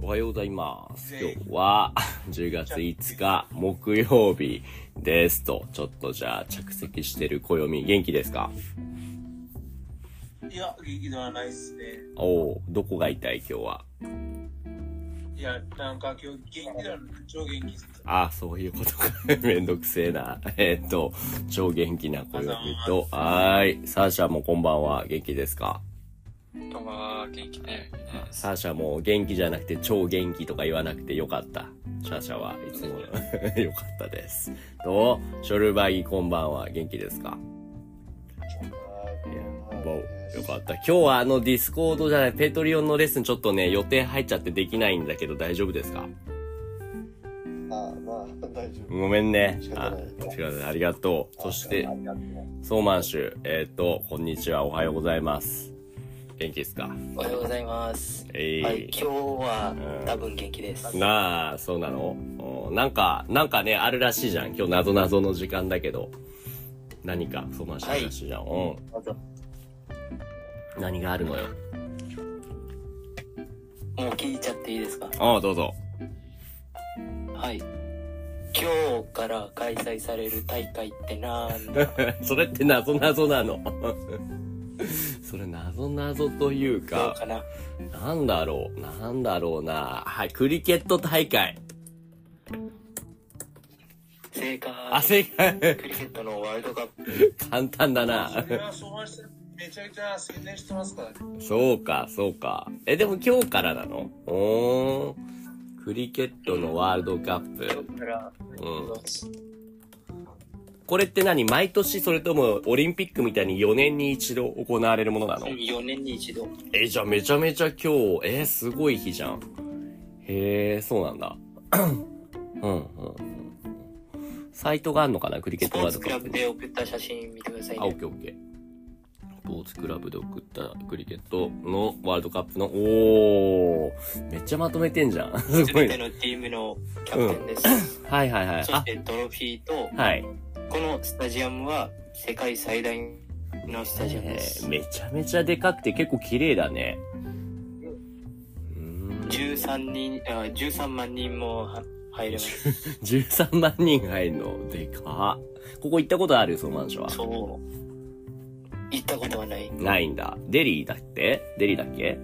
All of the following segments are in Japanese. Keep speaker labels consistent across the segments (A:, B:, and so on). A: おはようございます。今日は 10月5日木曜日ですと、ちょっとじゃあ着席してる暦、元気ですか
B: いや、元気ではないですね。
A: おお、どこが痛い今日は。
B: いや、なんか今日元気だな、超元気です。
A: ああ、そういうことか。めんどくせえな。 えーっと、超元気な暦と、はーい。サーシャもこんばんは。元気ですか
C: こんばんは、元気ね。
A: サーシャも元気じゃなくて超元気とか言わなくてよかった。サーシャはいつも よかったです。と、ショルバギこんばんは。元気ですかわおよかった。今日はあのディスコードじゃない、ペトリオンのレッスンちょっとね、予定入っちゃってできないんだけど大丈夫ですか
D: ああまあ大丈夫。
A: ごめんね。
D: 仕方
A: あ
D: ない、
A: 違う、ありがとう。そして、ソーマンシュ、えっ、と、こんにちは、おはようございます。元気ですか
E: おはようございます。
A: えい、
E: はい、今日は多分元気です。
A: なあ、そうなのうんなんか、なんかね、あるらしいじゃん。今日、なぞなぞの時間だけど。何か、そうましあるらしいじゃん。
E: 謎
A: うん。何があるのよ。
E: もう聞いちゃっていいですか
A: ああ、どうぞ。
E: はい。今日から開催される大会ってなんだ
A: それってなぞなぞなの。 それ、なぞなぞという
E: ろう
A: か、
E: かな
A: なんだろう、なんだろうな。はい、クリケット大会。
E: 正解。
A: あ、正解。
E: クリケットのワールドカップ。
A: 簡単だな。
B: それは相馬してめちゃめちゃ宣伝してますからね。
A: そうか、そうか。え、でも今日からなのおーん。クリケットのワールドカップ。
E: 今日から、
A: うんこれって何毎年それともオリンピックみたいに4年に一度行われるものなの
E: 4年に一度。
A: え、じゃあめちゃめちゃ今日、えーすごい日じゃん。へえ、そうなん だ。うん、うん。サイトがあるのかなクリケッ
E: ス
A: ト
E: ポ
A: ワー
E: ー
A: ルド
E: ツ
A: カ
E: ク
A: ッ
E: ラ
A: プ。
E: ブで送った写真見てください
A: あ、オッ
E: ね。
A: ケーオッケー。スポーツクラブで送ったクリケットのワールドカップの、おー、めっちゃまとめてんじゃん。すごい
E: 全て
A: ね。
E: のチームのキャプテンです。
A: はいはいはい。
E: そし
A: あ、
E: てトロフィーと、
A: はい。
E: このスタジアムは世界最大のスタジアムで
A: え
E: す
A: ー。めちゃめちゃでかくて結構綺麗だね。うーん
E: 13人あ13万人もは入れます
A: 13万人入るの、でかっここ行ったことあるそのマンションは。
E: そう行ったことはない
A: ないんだ。デリーだってデリーだっけ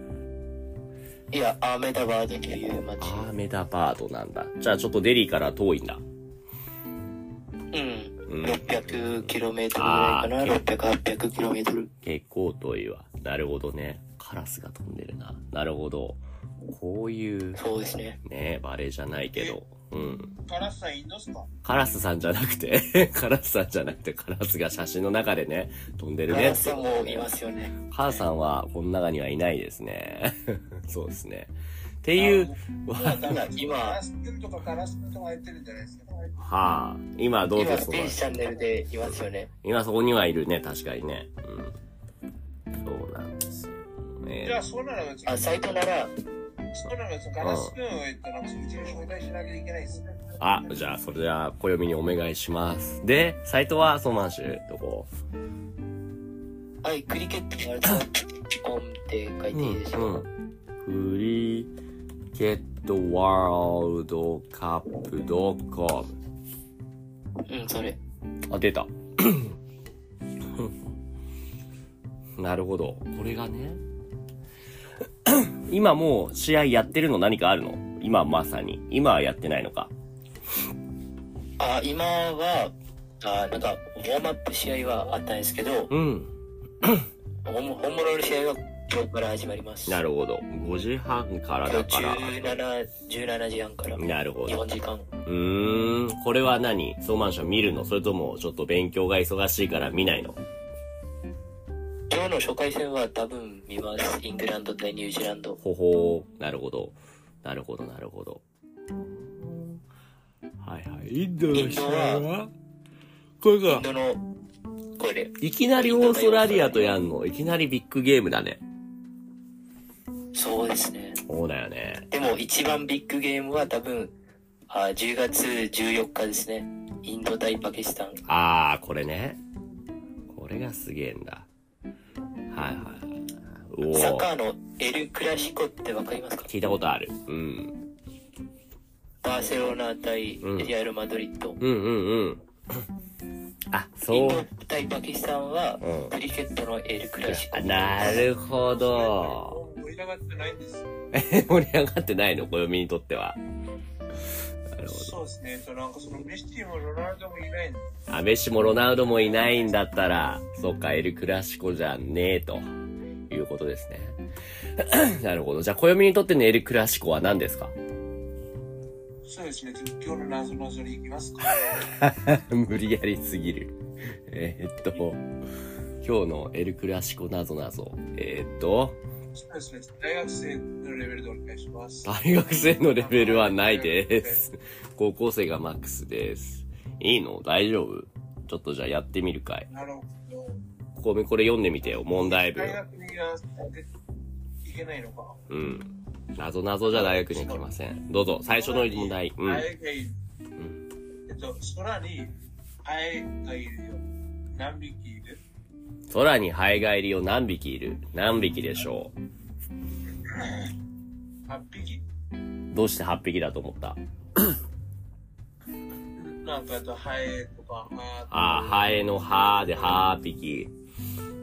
E: いやアーメダバードという街
A: アーメダバードなんだ。じゃあちょっとデリーから遠いんだ。
E: うん
A: うん。
E: 600km ぐらいかな
A: あー
E: 600800 km
A: 結構遠いわ。なるほどね。カラスが飛んでるな。なるほど。こういう、
E: そうですね
A: ね、バレーじゃないけど。うん。
B: カラスさんいいんですか
A: カラスさんじゃなくて、 カラスさんじゃなくて、カラスが写真の中でね、飛んでる
E: ガ
A: ね
E: ラ。スもいますよね
A: 母さんはこの中にはいないですね。 そうですね。っていう、は
E: 今
B: カラスくんとかカラスくんとかやってるんじゃないですか。
A: あ、今どう
E: 今
A: です
E: ス
A: か
E: テージチャンネルでいますよね
A: 今そこにはいるね、確かにね。うん。そうなんですよ。
B: じゃ
A: ね
B: あ、そうなら別に、
E: あサイトなら
B: そうなら別にカラスくんを言ったら、うちに紹介しなきゃいけないですね。
A: あ、じゃあ、それでは、暦にお願いします。で、サイトは、ソーマンシュ、どこ
E: はいクリケットワールドカップコンって書いていいでしょうか、
A: うん。クリケットワールドカップドッコム。
E: うん、それ
A: あ、出た。 なるほど。これがね。 今もう試合やってるの何かあるの今まさに。今はやってないのか。
E: あ今はあなんかウォームアップ試合はあったんですけど
A: うん。
E: 本本物の試合は今日から始まります
A: なるほど。5時半から
E: 今
A: だから。
E: 日17 17時半から
A: なるほ
E: 日
A: ど。
E: 本時間
A: うーん。これは何ソーマンション見るのそれともちょっと勉強が忙しいから見ないの
E: 今日の初回戦は多分見ますイングランド対ニュージーランド
A: ほほー。なるほど。なるほど、なるほど。はいはい。インド
E: の試合は
A: これ
E: インドのこれ
A: いきなりオーストラリアとやんの。いきなりビッグゲームだね。
E: そうですね
A: そうだよね。
E: でも一番ビッグゲームは多分あ10月14日ですねインド対パキスタン
A: あー、これね。これがすげえんだ。はいはいはい。お
E: サッカ
A: ー
E: ーのエル・クラシコってわかりますか
A: 聞いたことある。うん。
E: バーセロナ対
A: うん
E: リアル・マドリッド。
A: うんうんうん。あ、
E: イ
A: そ
E: ン
A: う
E: ド。対パキスタンは
A: うん
E: クリケットのエル・クラシコ。
A: あなるほど。
B: 盛り上がってないんですよ。
A: 盛り上がってないの、暦にとっては。なるほ
B: そうですね。えっと、なんかそのメッシもロナウドもいないんで
A: ど。アメシもロナウドもいないんだったら、そっか、エルクラシコじゃねえ、ということですね。 なるほど。じゃあ、暦にとってのエルクラシコは何です か
B: す。そうですね。ちょっと今日の謎のぞに行きますか。
A: 無理やりすぎる。えーっと、今日のエルクラシコなぞなぞ。えーっと、
B: そうですね。大学生のレベルでお願いします。
A: 大学生のレベルはないです。高校生がマックスです。いいの大丈夫ちょっとじゃあやってみるかい。
B: なるほど。
A: ここれ読んでみてよ、問題文
B: 大。学には行けないのか。
A: うん。なぞなぞじゃ大学には来ません。どうぞ、最初の問題。うん。
B: あえがいる。えっと、空にあえがいるよ。何匹いる
A: 空にハエがいるよ何匹いる何匹でしょ
B: ?8 匹。
A: うどうして8匹だと思った
B: なんかあと、ハエとか、ハ
A: ああ、ハエのハーでハー匹。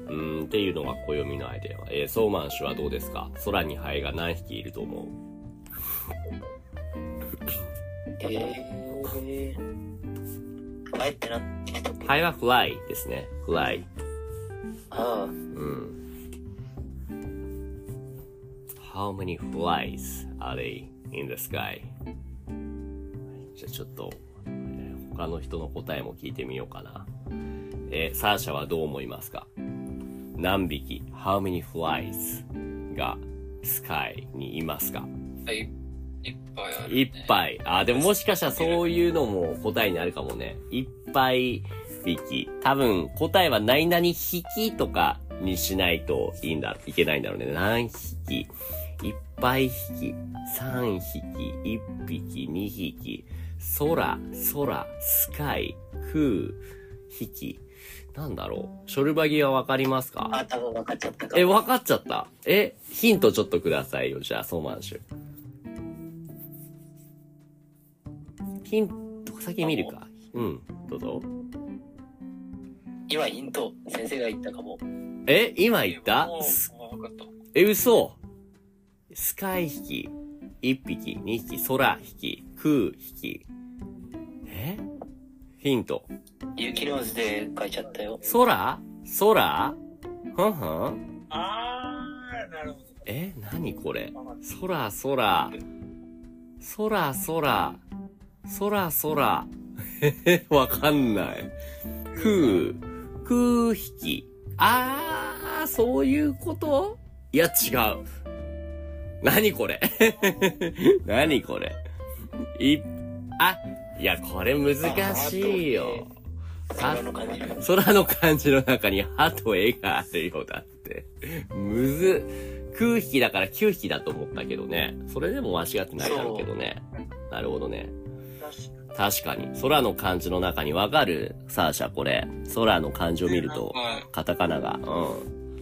A: うーん、っていうのが暦のアイデア。えー、ソーマン氏はどうですか空にハエが何匹いると思う
E: えー。あえってなってきたっけ
A: ハエはフライですね。フライ。
E: ああ。
A: うん。How many flies are they in the sky? じゃあちょっと、えー他の人の答えも聞いてみようかな。えーサーシャはどう思いますか何匹、How many flies が sky にいますか
C: はい。いっぱいある、ね。
A: 一杯。あ、でももしかしたらそういうのも答えになるかもね。一杯匹。多分答えは何々匹とかにしないといいんだ、いけないんだろうね。何匹。一杯匹。三匹。一匹。二匹。空、空、スカイ、空、匹。なんだろう。ショルバギはわかりますか
E: あ、多分分かっちゃったか。
A: え、わかっちゃった。え、ヒントちょっとくださいよ、じゃあ、ソーマンシュ。ヒント先見るか。うん、どうぞ。
E: 今ヒント、先生が言ったかも。
A: え、今言った
C: もう
A: す
C: もう分かった。
A: え、嘘スカイ匹、一匹、二匹、空匹、空匹。えヒント。
E: 雪の図で書いちゃったよ。
A: 空空ふんふん
B: あー、なるほど。
A: え、何これ空空空空空空 えへへわかんない空空引きあーそういうこといや違う何これ 何これいあいやこれ難しいよ
E: 空の感じが。
A: 空の漢字の中に歯と絵があるようだって。むずっ、空匹だから9匹だと思ったけどね。それでも間違ってないだろうけどね。なるほどね。
B: 確
A: 確かに。空の漢字の中にわかるサーシャこれ。空の漢字を見ると、
C: はい。
A: カタカナが。う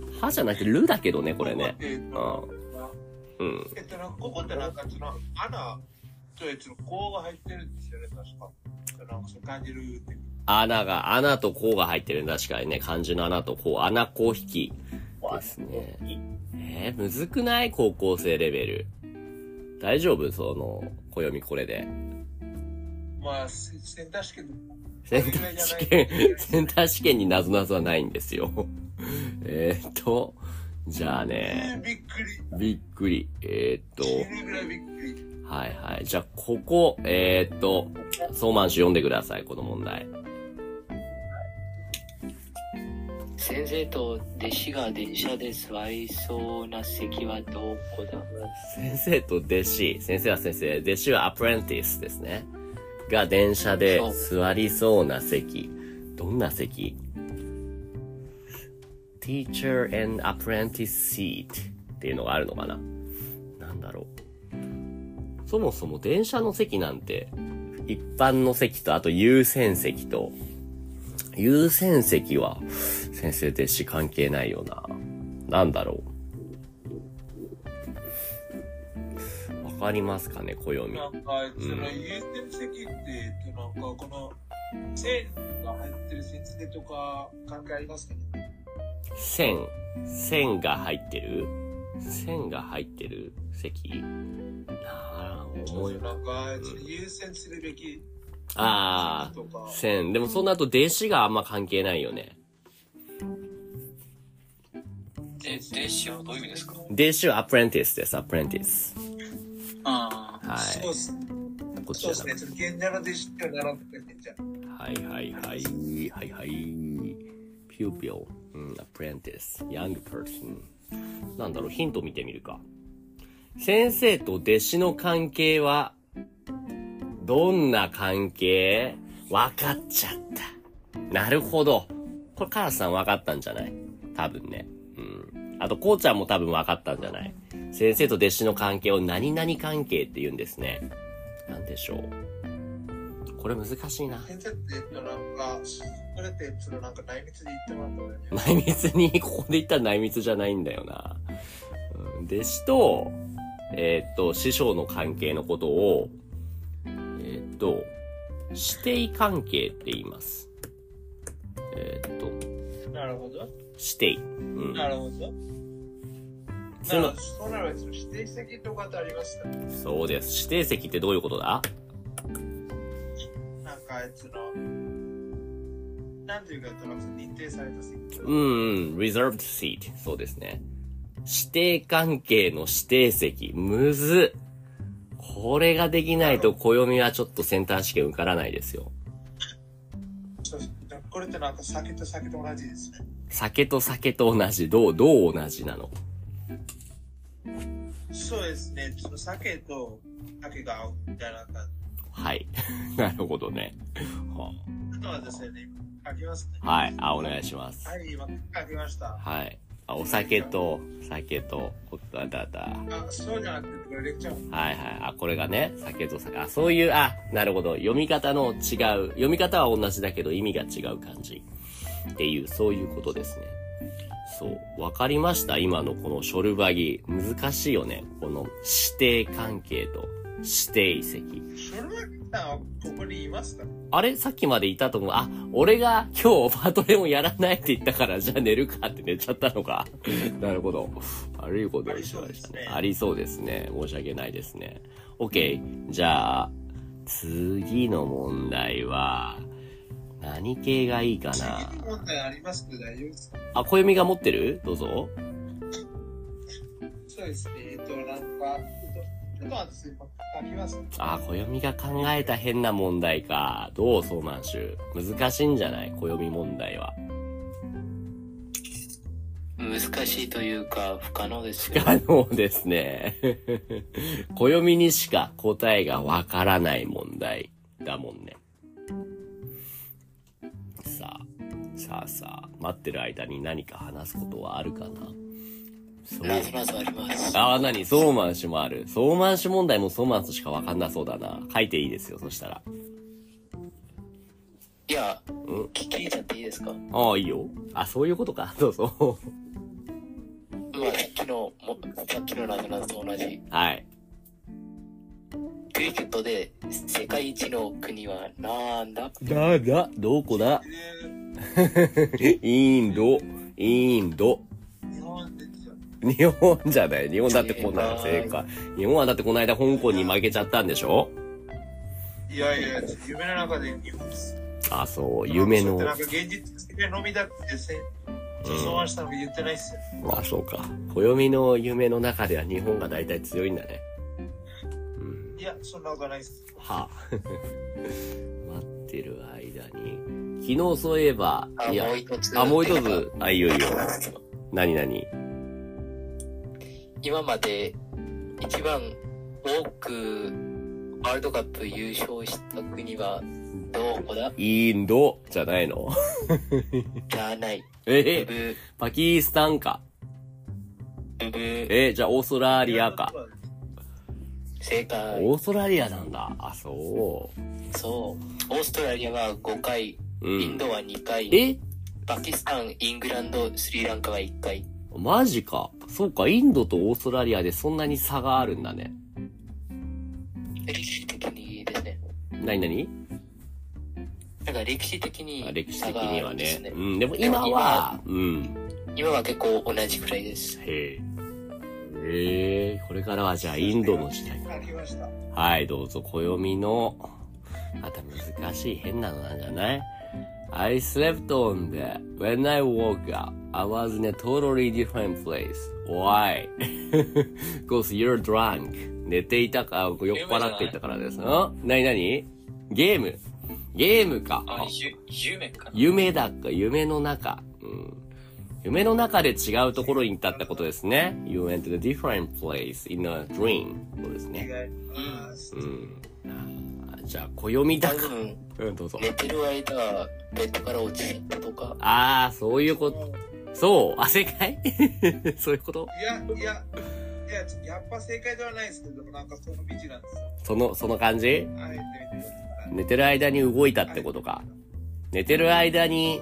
A: ん。歯じゃなくてルだけどね、これね。
B: えっと、
A: うん。
B: えっと、ここってなんかその、穴とやつの甲が入ってるんですよね、確か。なんかそう感じるって。
A: 穴が、穴と甲が入ってるね確かにね。漢字の穴と甲、穴甲引きですね。えー、むずくない高校生レベル。大丈夫その、暦これで。
B: まあ、せ選択肢けど、
A: センター試験、センター試験になぞなぞはないんですよ。 えーっと、じゃあ
B: え
A: ね、
B: ー、びっくり。
A: びっくり。えーっと、
B: 死ぬぐらいびっくり。
A: はいはい。じゃあ、ここ、えーっと、ソーマン氏読んでください、この問題。
E: 先生と弟子が電車で座りそうな席はどこだ
A: 先生と弟子、先生は先生、弟子はアプレンティスですね。が電車で座りそうな席。どんな席 ?teacher and apprentice seat っていうのがあるのかななんだろう。そもそも電車の席なんて、一般の席とあと優先席と、優先席は先生弟子関係ないよな。なんだろう。かりますかね、暦。
B: なんか、その言ってる席って、なんかこの、線が入ってる節でとか、関係ありますかね
A: 線。線が入ってる線が入ってる席なあ、思い
B: なんか、優先するべき
A: あ
B: とか
A: あ、、線。でもその後、弟子があんま関係ないよね。
C: で、電子はどういう意味ですか
A: 弟子はアプレンティスです、アプレンティス。
C: ああ。
A: は
B: そうっすね。
A: い。こっち
B: そう
A: ら
B: っすね。ちょっと現代の弟子って習ってるじゃん。
A: はいはいはい。はいはい。ピューピョうん、アプレンティス。ヤングパーソン。なんだろう、ヒント見てみるか。先生と弟子の関係は、どんな関係わかっちゃった。なるほど。これ、カラスさんわかったんじゃない多分ね。うん。あと、こうちゃんも多分わかったんじゃない先生と弟子の関係を何々関係って言うんですね。なんでしょう。これ難しいな。
B: 先生って、なんか、それって、そのなんか内密に言ってもらった方がいいね
A: 内密に、ここで言ったら内密じゃないんだよな。うん、弟子と、えーっと、師匠の関係のことを、えーっと、指定関係って言います。えーっと、
B: なるほど。
A: 指定。うん。
B: なるほど。
A: その
B: なそうなるば、指定席とかってありますか
A: そうです。指定席ってどういうことだ
B: なんか、あいつの、なんていうか、その認定された席。
A: うんうん、reserved seat。そうですね。指定関係の指定席。むずっ。これができないと、暦はちょっとセンター試験受からないですよ。
B: そうこれってなんか酒と酒と同じですね。
A: 酒と酒と同じ、どう、どう同じなの
B: そうですね。その酒と酒が合うみたいな感
A: はい。 なるほどね。は
B: じ。あとはですね、今書きますね。
A: あはい。あ、お願いします。
B: はい、今書きました。
A: はい。あ、お酒と、酒と、おだだだ。
B: あ、そうじゃなくて、これレクチャー。
A: はいはい。あ、これがね、酒と酒。あ、そういう、あ、なるほど。読み方の違う。読み方は同じだけど、意味が違う感じ。っていう、そういうことですね。そう。わかりました今のこのショルバギ。難しいよね。この指定関係と指定席。
B: それはさんはここにいますか
A: あれさっきまでいたと思う。あ、俺が今日パトレもやらないって言ったから、じゃあ寝るかって寝ちゃったのか。 なるほど。悪いことをしましたね。あ
B: あ
A: りそうですね。申し訳ないですね。OK。じゃあ、次の問題は、何系がいいかな
B: 責任問題ありますけど大丈夫ですか
A: あ、暦が持ってるどうぞ。
B: そうですね。えっと、なんか、えっと、あとはですね、今書きます。
A: あ、暦が考えた変な問題か。どうソーマンシュ。難しいんじゃない暦問題は。
E: 難しいというか、不可能ですよ。
A: あのですね、 暦にしか答えがわからない問題だもんね。さあ、さあさあ、待ってる間に何か話すことはあるかなそう
E: なぞなぞあります。
A: ああ、なにソーマン氏もある。ソーマン氏問題もソーマン氏しかわかんなそうだな。書いていいですよ、そしたら。
E: いや、聞きちゃっていいですかま
A: ああ、いいよ。あ、そういうことか。ど うぞ。
E: あ、さっきの、もさっきのなぞなぞと同じ。
A: はい。
E: クリケットで世界一の国はなんだ
A: だだ、どこだ
B: で、
A: インド、インド。
B: 日本でですよ。
A: 日本じゃない。日本だってこんなの正解。日本はだってこの間香港に負けちゃったんでしょ
B: いやいや、夢の中で日本です。
A: あ、そう、夢の。
B: なん
A: あ
B: か、現実世界のみだって、せ、そうはしたの言ってないっすよ。、
A: そうか。暦の夢の中では日本が大体強いんだね。
B: いや、そんなことないっす。
A: はあ、 待ってる間に。昨日そういえば、
E: あ、
A: いや
E: もう、一つ。
A: あ、もう一つ。あ、いいよいいよ。なになに
E: 今まで一番多くワールドカップ優勝した国はどこだ
A: インドじゃないの
E: じゃない。ブ
A: ええ、
E: ブ
A: パキスタンか。
E: ブブ
A: ええ、じゃあオーストラリアか。
E: 正解。
A: オーストラリアなんだ。あ、そ
E: そう。オーストラリアは5回、
A: う。う
E: イン
A: ん。
E: ドは2回、
A: え
E: パキスタン、イングランド、スリランカは1回。
A: マジか。そうか、インドとオーストラリアでそんなに差があるんだね。
E: 歴史的にですね。
A: 何々
E: なんか歴史的に
A: あ歴史的には
E: 差
A: ね
E: があるんです
A: うん。でも今は、うん。
E: 今は結構同じくらいです。
A: へえ。へえ、これからはじゃあインドの時代。
B: ありました。
A: はい、どうぞ、暦の、また難しい変なのなんじゃない ?I slept on the, when I woke up, I was in a totally different place. Why? Because you're drunk. 寝ていたか、酔っ払っていたからです。んなになにゲームゲームか。
C: あ、ゆ、夢かな
A: 夢だか、夢の中。うん。夢の中で違うところに行ったってことですね。You went to a different place in a dream. そうですね。
B: 違います。
A: うん。あーじゃあ、暦だ
E: 多
A: か。
E: 分、
A: うん、どうぞ。
E: 寝てる間はベッドから落ちたとか、
A: ああ、そういうこと。そう、あ、正解 そういうこと
B: いや、いや、いや、ちょやっぱ正解ではないですけど、なんかその道なんですよ。
A: その、その感じ
B: はい、やってみてください
A: 寝てる間に動いたってことか。寝てる間に、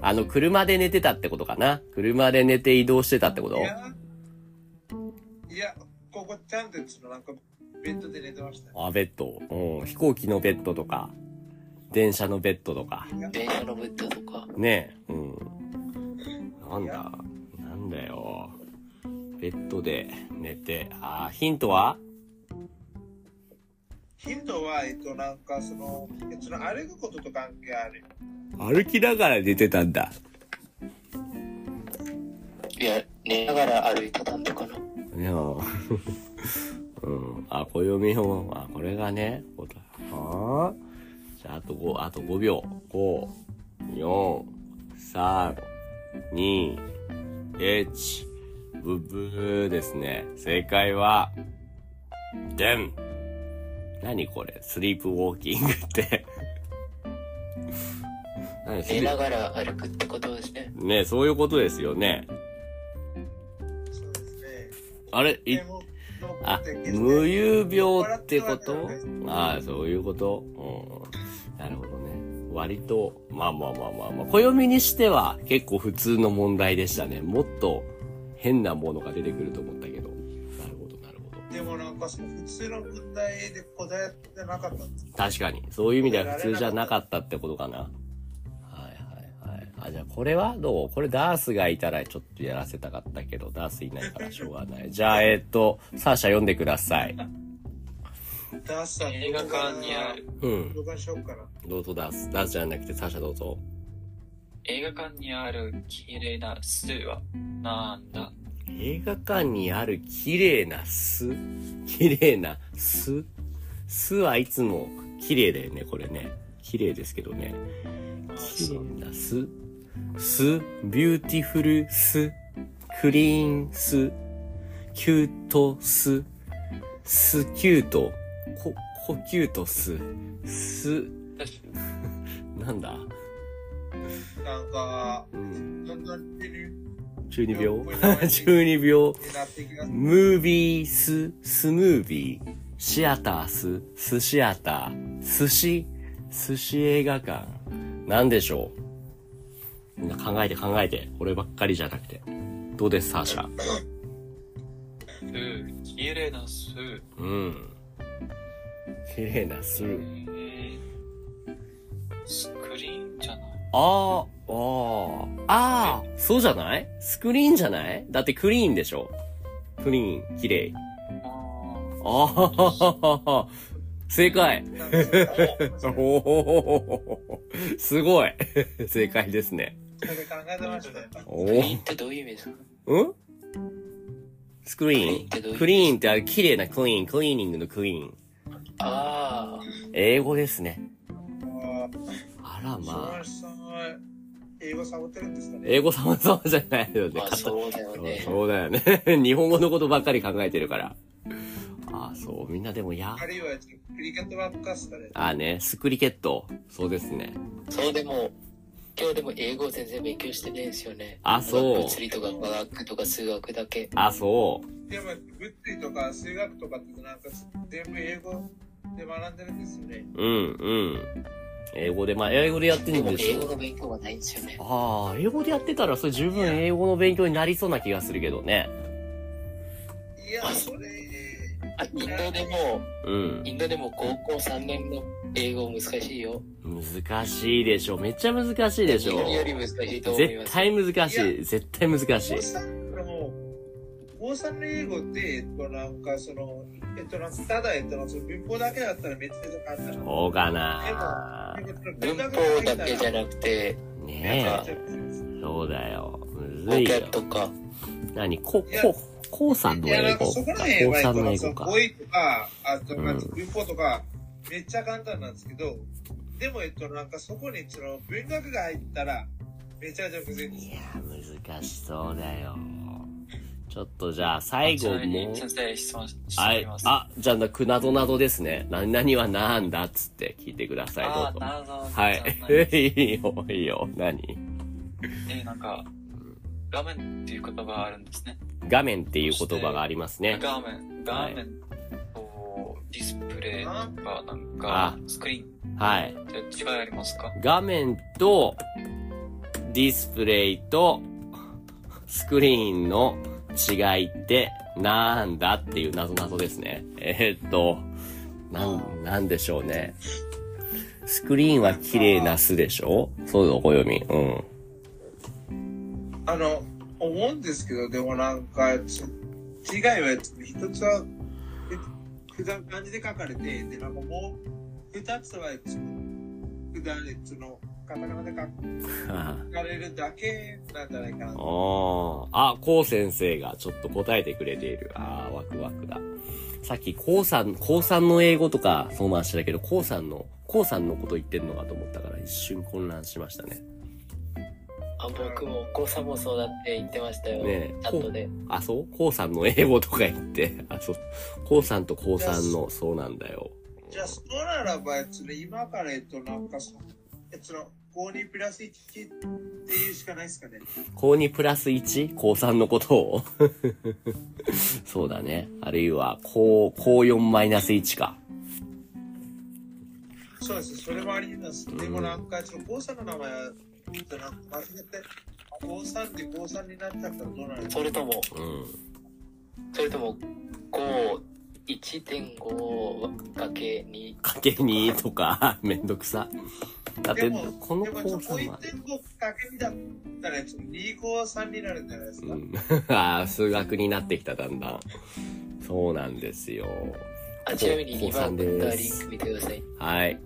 A: あの、車で寝てたってことかな。車で寝て移動してたってこと
B: いや、いや、ここちゃんとそのなんかベッドで寝てましたよ。
A: あ、ベッド。うん。飛行機のベッドとか、電車のベッドとか。
E: 電車のベッドとか、
A: ねえ。うん。なんだ。なんだよ。ベッドで寝て。あー、ヒントは
B: ヒントは、えっと、なんかその、えその歩くことと関係ある。
A: 歩きながら寝てたんだ。
E: いや、寝ながら歩いてたんだかな。
A: ねえ。うん。あ、暦を、あ、これがね、こうだはあ。じゃあ、あと5、あと5秒。5、4、3、2、1、ブブーですね。正解は、でん。何これスリープウォーキングって。何ス
E: 寝
A: リ
E: な
A: ー
E: がら歩くってことですね。
A: プねえそういうことですよね。
B: そうです
A: あれ、
B: ね。
A: い
B: で、も
A: あ、 無
B: 無用
A: 遊病ってことああ、そういうことうん。なるほどね。割と、まあまあまあまあまあ、暦にしては結構普通の問題でしたね。もっと変なものが出てくると思ったけど。なるほど、なるほど。
B: でもなんかその普通の問題で答えてなかったんです
A: 確かに。そういう意味では普通じゃなかったってことかな。はいはいはい。あ、じゃあこれはどうこれダースがいたらちょっとやらせたかったけど、ダースいないからしょうがない。じゃあ、えっと、サーシャ読んでください。
B: ダースさん
C: 映画館にある、
A: うん。
B: 動画しようかな。
A: どうぞダース。ダースじゃなくて、サーシャどうぞ。
C: 映画館にある綺麗な巣はなんだ
A: 映画館にある綺麗な巣綺麗な巣巣はいつも綺麗だよね、これね。綺麗ですけどね。綺麗な巣巣ビューティフル巣クリーン巣キュート巣巣キュートコ、コキュート巣巣なんだ
B: なんか、
A: うん。
B: どんどん出る
A: 中二病 中二病。
B: ってなってきます。
A: ムービース、スムービー、シアタース、スシアター、寿司、寿司映画館。なんでしょうみんな考えて考えて。俺ばっかりじゃなくて。どうです、サーシャ。
C: うー、綺麗な巣。
A: うん。綺麗なス。
C: えー、スクリーンじゃない
A: あー、あー、あー、そうじゃないスクリーンじゃないだってクリーンでしょクリーン、綺麗。
C: あー
A: あー、正解。
B: なんかそ
A: お
B: れ考
A: おすごい正解ですね。
B: えてましたよ。
A: お
E: クリーンってどういう意味ですか
A: うんスクリ
E: クリーンってどうい
A: ーン。
E: う意味
A: クリーンってあれ、綺麗なクリーン、クリーニングのクリーン。
E: あ
A: 英語ですね。
B: あ
A: あら
B: ー、
A: まあ。
B: 島さんは英語サボってるんですかね。
A: 英語様々じゃないよ
E: あ、
A: ね。
E: まあそうだよね。
A: そうだよね。 日本語のことばっかり考えてるから。ああ、そう。みんなでもや
B: あ。るいは、クリケットばっかっすかね。
A: ああね、スクリケット。そうですね。
E: そうでも、今日でも英語全然勉強してないんですよね。
A: あそう
E: 物理とか科学とか数学だけ。
A: あ、そう。
B: でも、物理とか数学とかってなんか全部英語で学んでるんですよね。
A: うん、うん。英語で、まあ、英語でやって
E: で
A: るん
E: も
A: でし
E: 英
A: ょ
E: 語。の勉強はないんですよね。
A: ああ、英語でやってたらそれ十分英語の勉強になりそうな気がするけどね。
B: いや、それ、
E: あインドでも、
A: うん。
E: インドでも高校3年の英語難しいよ。
A: 難しいでしょ。めっちゃ難しいでし
E: 日
A: ょ。
E: 本より難しいと思いま
A: 絶
E: す。
A: 対難し
B: い
A: い。絶対難しい
B: 高。三の高三の英語って、えっと、なんかその、えっと、なんかただ、えっと、その文法だけだったらめっちゃ簡単なの。
A: そうかな
B: えっと
E: 文法だけじゃなくて、
A: ね
E: な
A: え。そうだよ。む
E: 語
A: ずいよ
E: ャ。とか、
A: 何こ
B: い、や
A: こ、こうさんの
B: いや、な
A: 英
B: んか
A: 語
B: そこら辺
A: こう
B: は、え
A: さ
B: っ
A: んの英
B: と、
A: 語
B: そ
A: か
B: の。語彙とか、あと、
A: うん
B: なんか文法とか、めっちゃ簡単なんですけど、でも、えっと、なんかそこに、その、文学が入ったら、めちゃめちゃむずいんです
A: い
B: よ。
A: やー、難しそうだよ。ちょっとじゃあ、最後
C: ちなみ
A: も
C: に、先生質問して
A: あ
C: みます。
A: あ、じゃあなくなどなどですね。何々はなんだっつって聞いてください、ど
C: あ
A: う
C: ー、
A: ぞ。
C: なるほど。
A: は
C: じゃあ
A: い。 いいよ、いいよ。何
C: え、なんか、画面っていう言葉があるんですね。
A: 画面っていう言葉がありますね。
C: 画面、画面とディスプレイとか、なんか
A: あ、
C: スクリー
A: はい。
C: ンって違いありますか
A: 画面と、ディスプレイと、スクリーンの違いって、なんだっていう謎謎ですね。えーっと、なん、なんでしょうね。スクリーンは綺麗な巣でしょそうだ、お読み。うん。
B: あの、思うんですけど、でもなんか、ち違いは、一つは、え普段漢字で書かれて、で、なんかもう、二つは、その普段、その、カタカナで
A: あ
B: 書かれるだけなんじゃないかな。
A: ーあ、こう先生がちょっと答えてくれている。ああ、ワクワクだ。さっき、こうさん、こうさんの英語とか、そう回してたけど、こうさんの、こうさんのこと言ってんのかと思ったから、一瞬混乱しましたね。
E: あ僕もお子さんもそうだって言ってましたよ。
A: ねえ
E: チャットで。
A: あ、そうコウさんの英語とか言って。あ、そう。コウさんとコウさんの、そうなんだよ。
B: じゃあ、そうならば、えっとね、今から、えっと、なんかその、えっと、その、5にプラス1っていうしかないですかね。
A: 高2プラス 1? 高3のことを そうだね。あるいは、高、高4マイナス1か。
B: そうです、それもあります。でもなんか、その、高三の名前は、えっと、なんか間違って、高三で高三になっちゃったらどうなるんですか
E: それとも、
A: うん。
E: それとも、5、1.5かけ2。
A: かけ2とか、 めんどくさ。だっ
B: で
A: て
B: も、、
A: この
B: でも
A: 高3は。
B: 1.5かけにだったら、2高3になるんじゃないですか。
A: うん。 ああ、数学になってきた、だんだん。そうなんですよ。
E: あ、ちなみに
A: 高
E: 2
A: 三
E: 番
A: です
E: 送ったリンク見てください。
A: はい。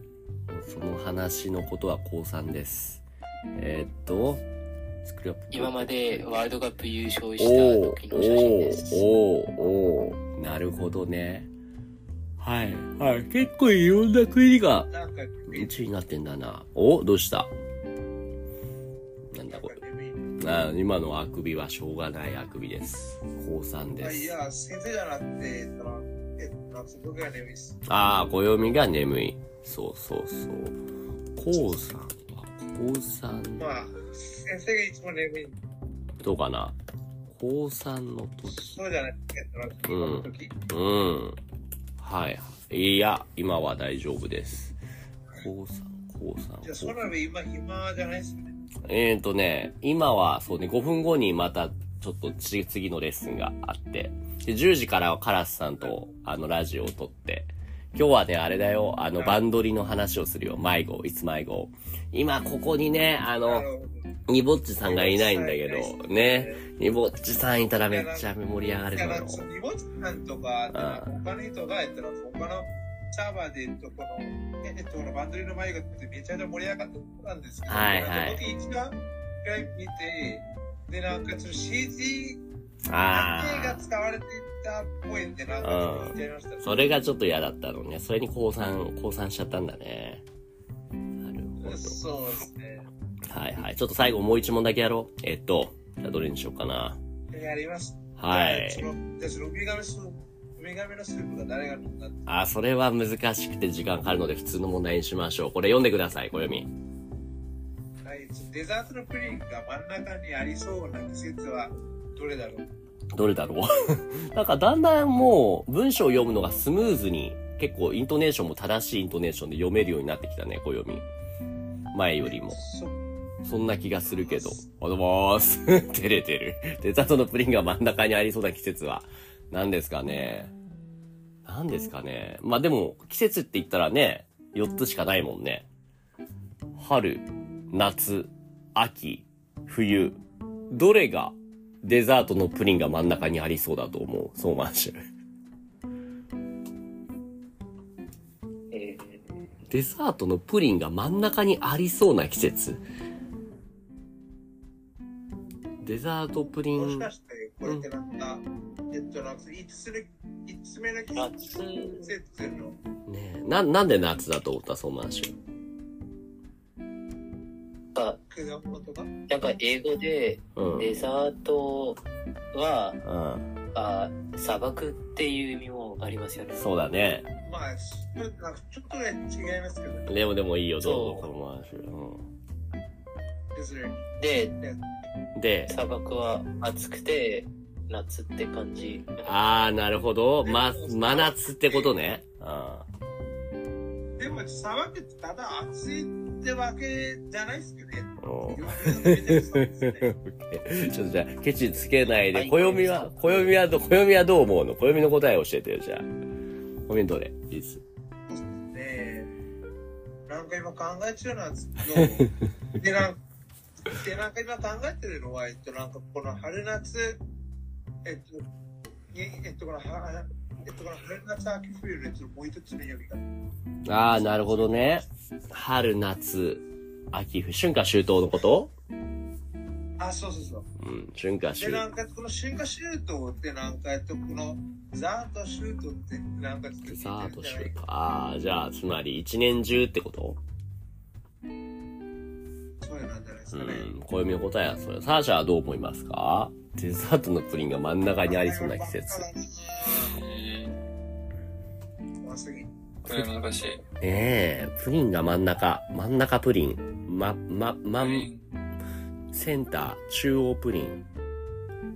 A: その話のことは高3です。えーっと、スクラップ
E: 今までワールドカップ優勝し
A: お
E: た
A: お
E: 時の写真
A: お
E: です。
A: おおーなるほどね。はい。はい。結構いろんな国が
B: なんか、
A: 1位になってんだな。おどうしたなんだこれ。あー今のあくびはしょうがないあくびです。高3で
B: あい
A: す。
B: や、先生じゃなくて、えっとな、えっとな、すごくやねみです。
A: ああ、暦が眠い。そうそうそう。高3は、高3
B: まあ、先生がいつも眠い、
A: どうかな高3の時。
B: そうじゃないえっとな、
A: う
B: 今
A: ん
B: の時、
A: うん。はい。いや、今は大丈夫です。高3、高
B: じゃ
A: 3、
B: あ、そ
A: 高
B: ら
A: 3。
B: べ今、暇じゃないですよね。
A: えーとね、今はそうね、5分後にまたちょっとち次のレッスンがあって、で10時からはカラスさんとあのラジオを撮って、今日はね、あれだよ、あの、バンドリの話をするよ。迷子、いつ迷子。今、ここにね、あ
B: な
A: の、
B: るほど
A: ニボッチさんがいないんだけど、ね、。ニボッチさんいたらめっちゃ盛り上が
B: だ
A: る
B: か
A: だ
B: ら
A: ろ、
B: その、荷物さんとか、なんか他の人が、えっとな、他のサーバーで、えっと、この、ええっと、このバンドリーの前がってめちゃめちゃ盛り上がったんですけど、
A: はいはい
B: 僕一番一回見て、で、なんか、その CG
A: う。
B: が
A: ああ。
B: 使われていたっぽいんで、なんか、ちょっと言っちゃいました。
A: それがちょっと嫌だったのね。それに降参、降参しちゃったんだね。なるほど。
B: そうですね。
A: はいはい。ちょっと最後もう一問だけやろう。えっと、じゃあどれにしようかな。
B: やります。
A: はい
B: じゃあその、じゃあその、ウミガメスープ、ウミガメのスープが誰が飲んだって
A: あ、それは難しくて時間かかるので普通の問題にしましょう。これ読んでください、小読み。
B: はいデザートのプリンが真ん中にありそうな季節はどれだろう
A: どれだろう なんかだんだんもう文章を読むのがスムーズに、結構イントネーションも正しいイントネーションで読めるようになってきたね、小読み。前よりも。
B: そう
A: そんな気がするけど。おはようございます。 照れてる。デザートのプリンが真ん中にありそうな季節は、何ですかね。何ですかね。まあでも、季節って言ったらね、4つしかないもんね。春、夏、秋、冬。どれがデザートのプリンが真ん中にありそうだと思う。そうマンシュ。
E: え
A: デザートのプリンが真ん中にありそうな季節。デザートプリ
B: もし
A: ン
B: か。して、これってなんだ、えっと、なんか5つ目、5つ目の季
E: 夏
B: 節の、
A: ねえな、なんで夏だと思ったそうマンシュ。
E: ー、か
B: 果物とか
E: やっぱ英語で
A: うん。
E: デザートは、
A: うん。
E: あ砂漠っていう意味もありますよね。
A: そうだね。
B: まあ、それなんかちょっとね、違いますけど、
A: でもでもいいよ、どうぞ、
E: そう
A: このマンシュ。うん。
B: 別に。
E: で、
A: で、
E: 砂漠は暑くて、夏って感じ。
A: あー、なるほど。ま、真夏ってことね。うん。
B: でも、砂漠ってただ暑いってわけじゃないですけどね。
A: おー
B: 4
A: ちょっとじゃあ、ケチつけない
E: は
A: で、
E: い
A: 暦は、暦はど、暦はどう思うの暦の答え教えてよ、じゃあ。暦どれいいっす。
B: で、なんか今考え中な んですけど、で、なんでなんか今考えてるのは、えっと、なんかこの春夏、えっと、にえっと、このはえっと、この春夏秋冬のやつのもう一つ目呼び方。
A: あー、なるほどね。春、夏、秋、冬、春夏秋冬のこと
B: あ、そうそうそう。
A: うん、春夏
B: で、
A: 秋
B: なんかこの春夏秋冬ってなんか、えっと、このザート秋冬ってなんか作ってるんじ
A: さ
B: ゃない
A: あ、年上か。あー、じゃあ、つまり、一年中ってこと
B: そういうのなんじゃないです
A: う
B: かね。
A: ん、暦の答えはそれ。サーシャはどう思いますかデザートのプリンが真ん中にありそうな季節。ね
C: うん
B: 怖すぎ。
C: これ難しい。
A: え、プリンが真ん中。真ん中プリン。ま、ま、ま、
C: うんん
A: センター、中央プリン。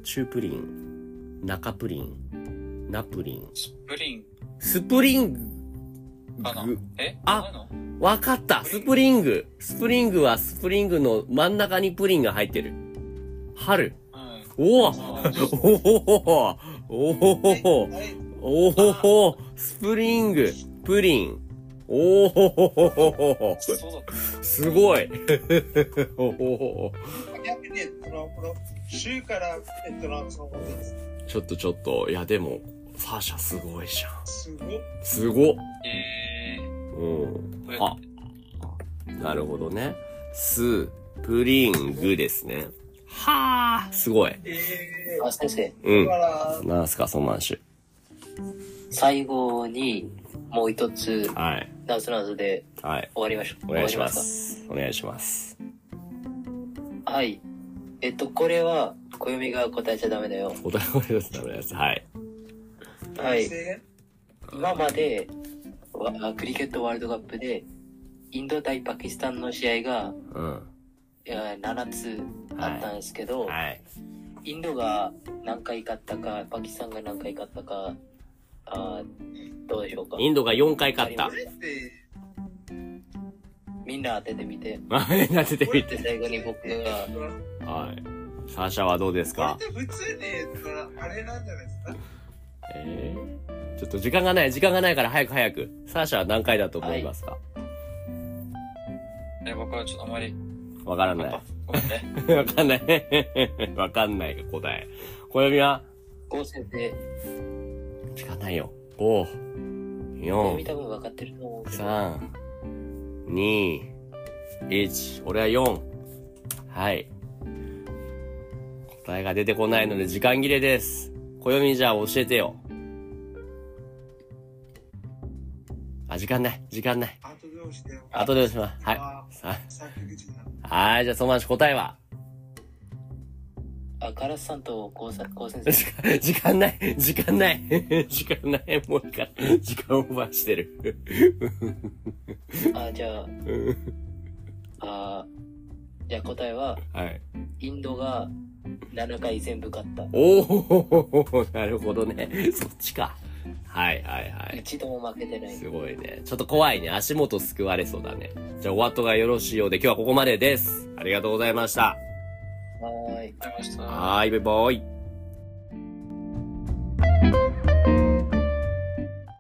A: 中プリン。中プリン。ナプリン。
C: スプリン
A: スプリン
C: かな
A: グ。
C: え
A: あ
C: なの
A: わかったスプリングスプリングはスプリングの真ん中にプリンが入ってる。春。
C: うん。
A: おお
C: そう
A: おおおお
B: はい
A: おおスプリング、プリン。おお
C: そうだった。
A: すごい おお
B: 逆に、その、この、週から、えっと、なんその、
A: ちょっとちょっと、いやでも、サーシャすごいじゃん。
B: すごい。
A: すごっ
C: え
A: うん。
C: ー、
A: あ、なるほどね。ス、プリングですね。はあすごい。
B: え
E: あ、先生、
A: う
B: ー、
A: ん
B: だ。から、
A: なんすか、ソマンシ
E: 最後にもう一つ
A: ュ。、はい。
E: なぞなぞで
A: はい。
E: 終わりましょう。
A: お願いしま
E: 終わり
A: す。お願いします。
E: ますか。はい。えっと、これは、暦が答えちゃダメだよ。
A: お互いのダメなやつ。はい。
E: はい。
B: 制限
E: 今まで、わクリケットワールドカップで、インド対パキスタンの試合が、
A: うん。
E: えー7つあったんですけど、
A: はい。
E: インドが何回勝ったか、パキスタンが何回勝ったか、あーどうでしょうか。
A: インドが4回勝った
B: こ。れって、
E: みんな当ててみて。
A: 前に当ててみて。
E: で、最後に僕が、
A: はい。サーシャはどうです
B: これっ
A: か
B: て普通に、えっと、あれなんじゃないですか
A: えー、ちょっと時間がない、時間がないから早く早く。サーシャは何回だと思いますか
C: え僕はちょっとあま り、
A: わからない。
C: ごめん ね。
A: わかんない。 わかんないが答え。暦は
E: 合成で、
A: 時間ないよ。5、
E: 君
A: 4、
E: 多分分かってると思うけど。
A: 3、2、1。俺は4。はい。答えが出てこないので時間切れです。暦じゃあ教えてよ。あ、時間ない。時間ない。
B: 後で押してよ。
A: 後でおします。はい。
B: あ
A: さ
B: ー先口な
A: はい、じゃあ、その話答えは
E: あ、カラスさんと高さ高先 生。
A: 時間ない時間ない 時間ないもういいから時間オーバーしてる。
E: あ、じゃあ、あーじゃあ答えは、
A: はい。
E: インドが7回全部勝った。
A: おおなるほどね。そっちか。はいはいはい。
E: 一度も負けてない。
A: すごいね。ちょっと怖いね。足元すくわれそうだね。じゃあ、お後がよろしいようで、今日はここまでです。ありがとうございました。
E: はーい。
C: ありがとうございました。
A: はーい、バイバイ。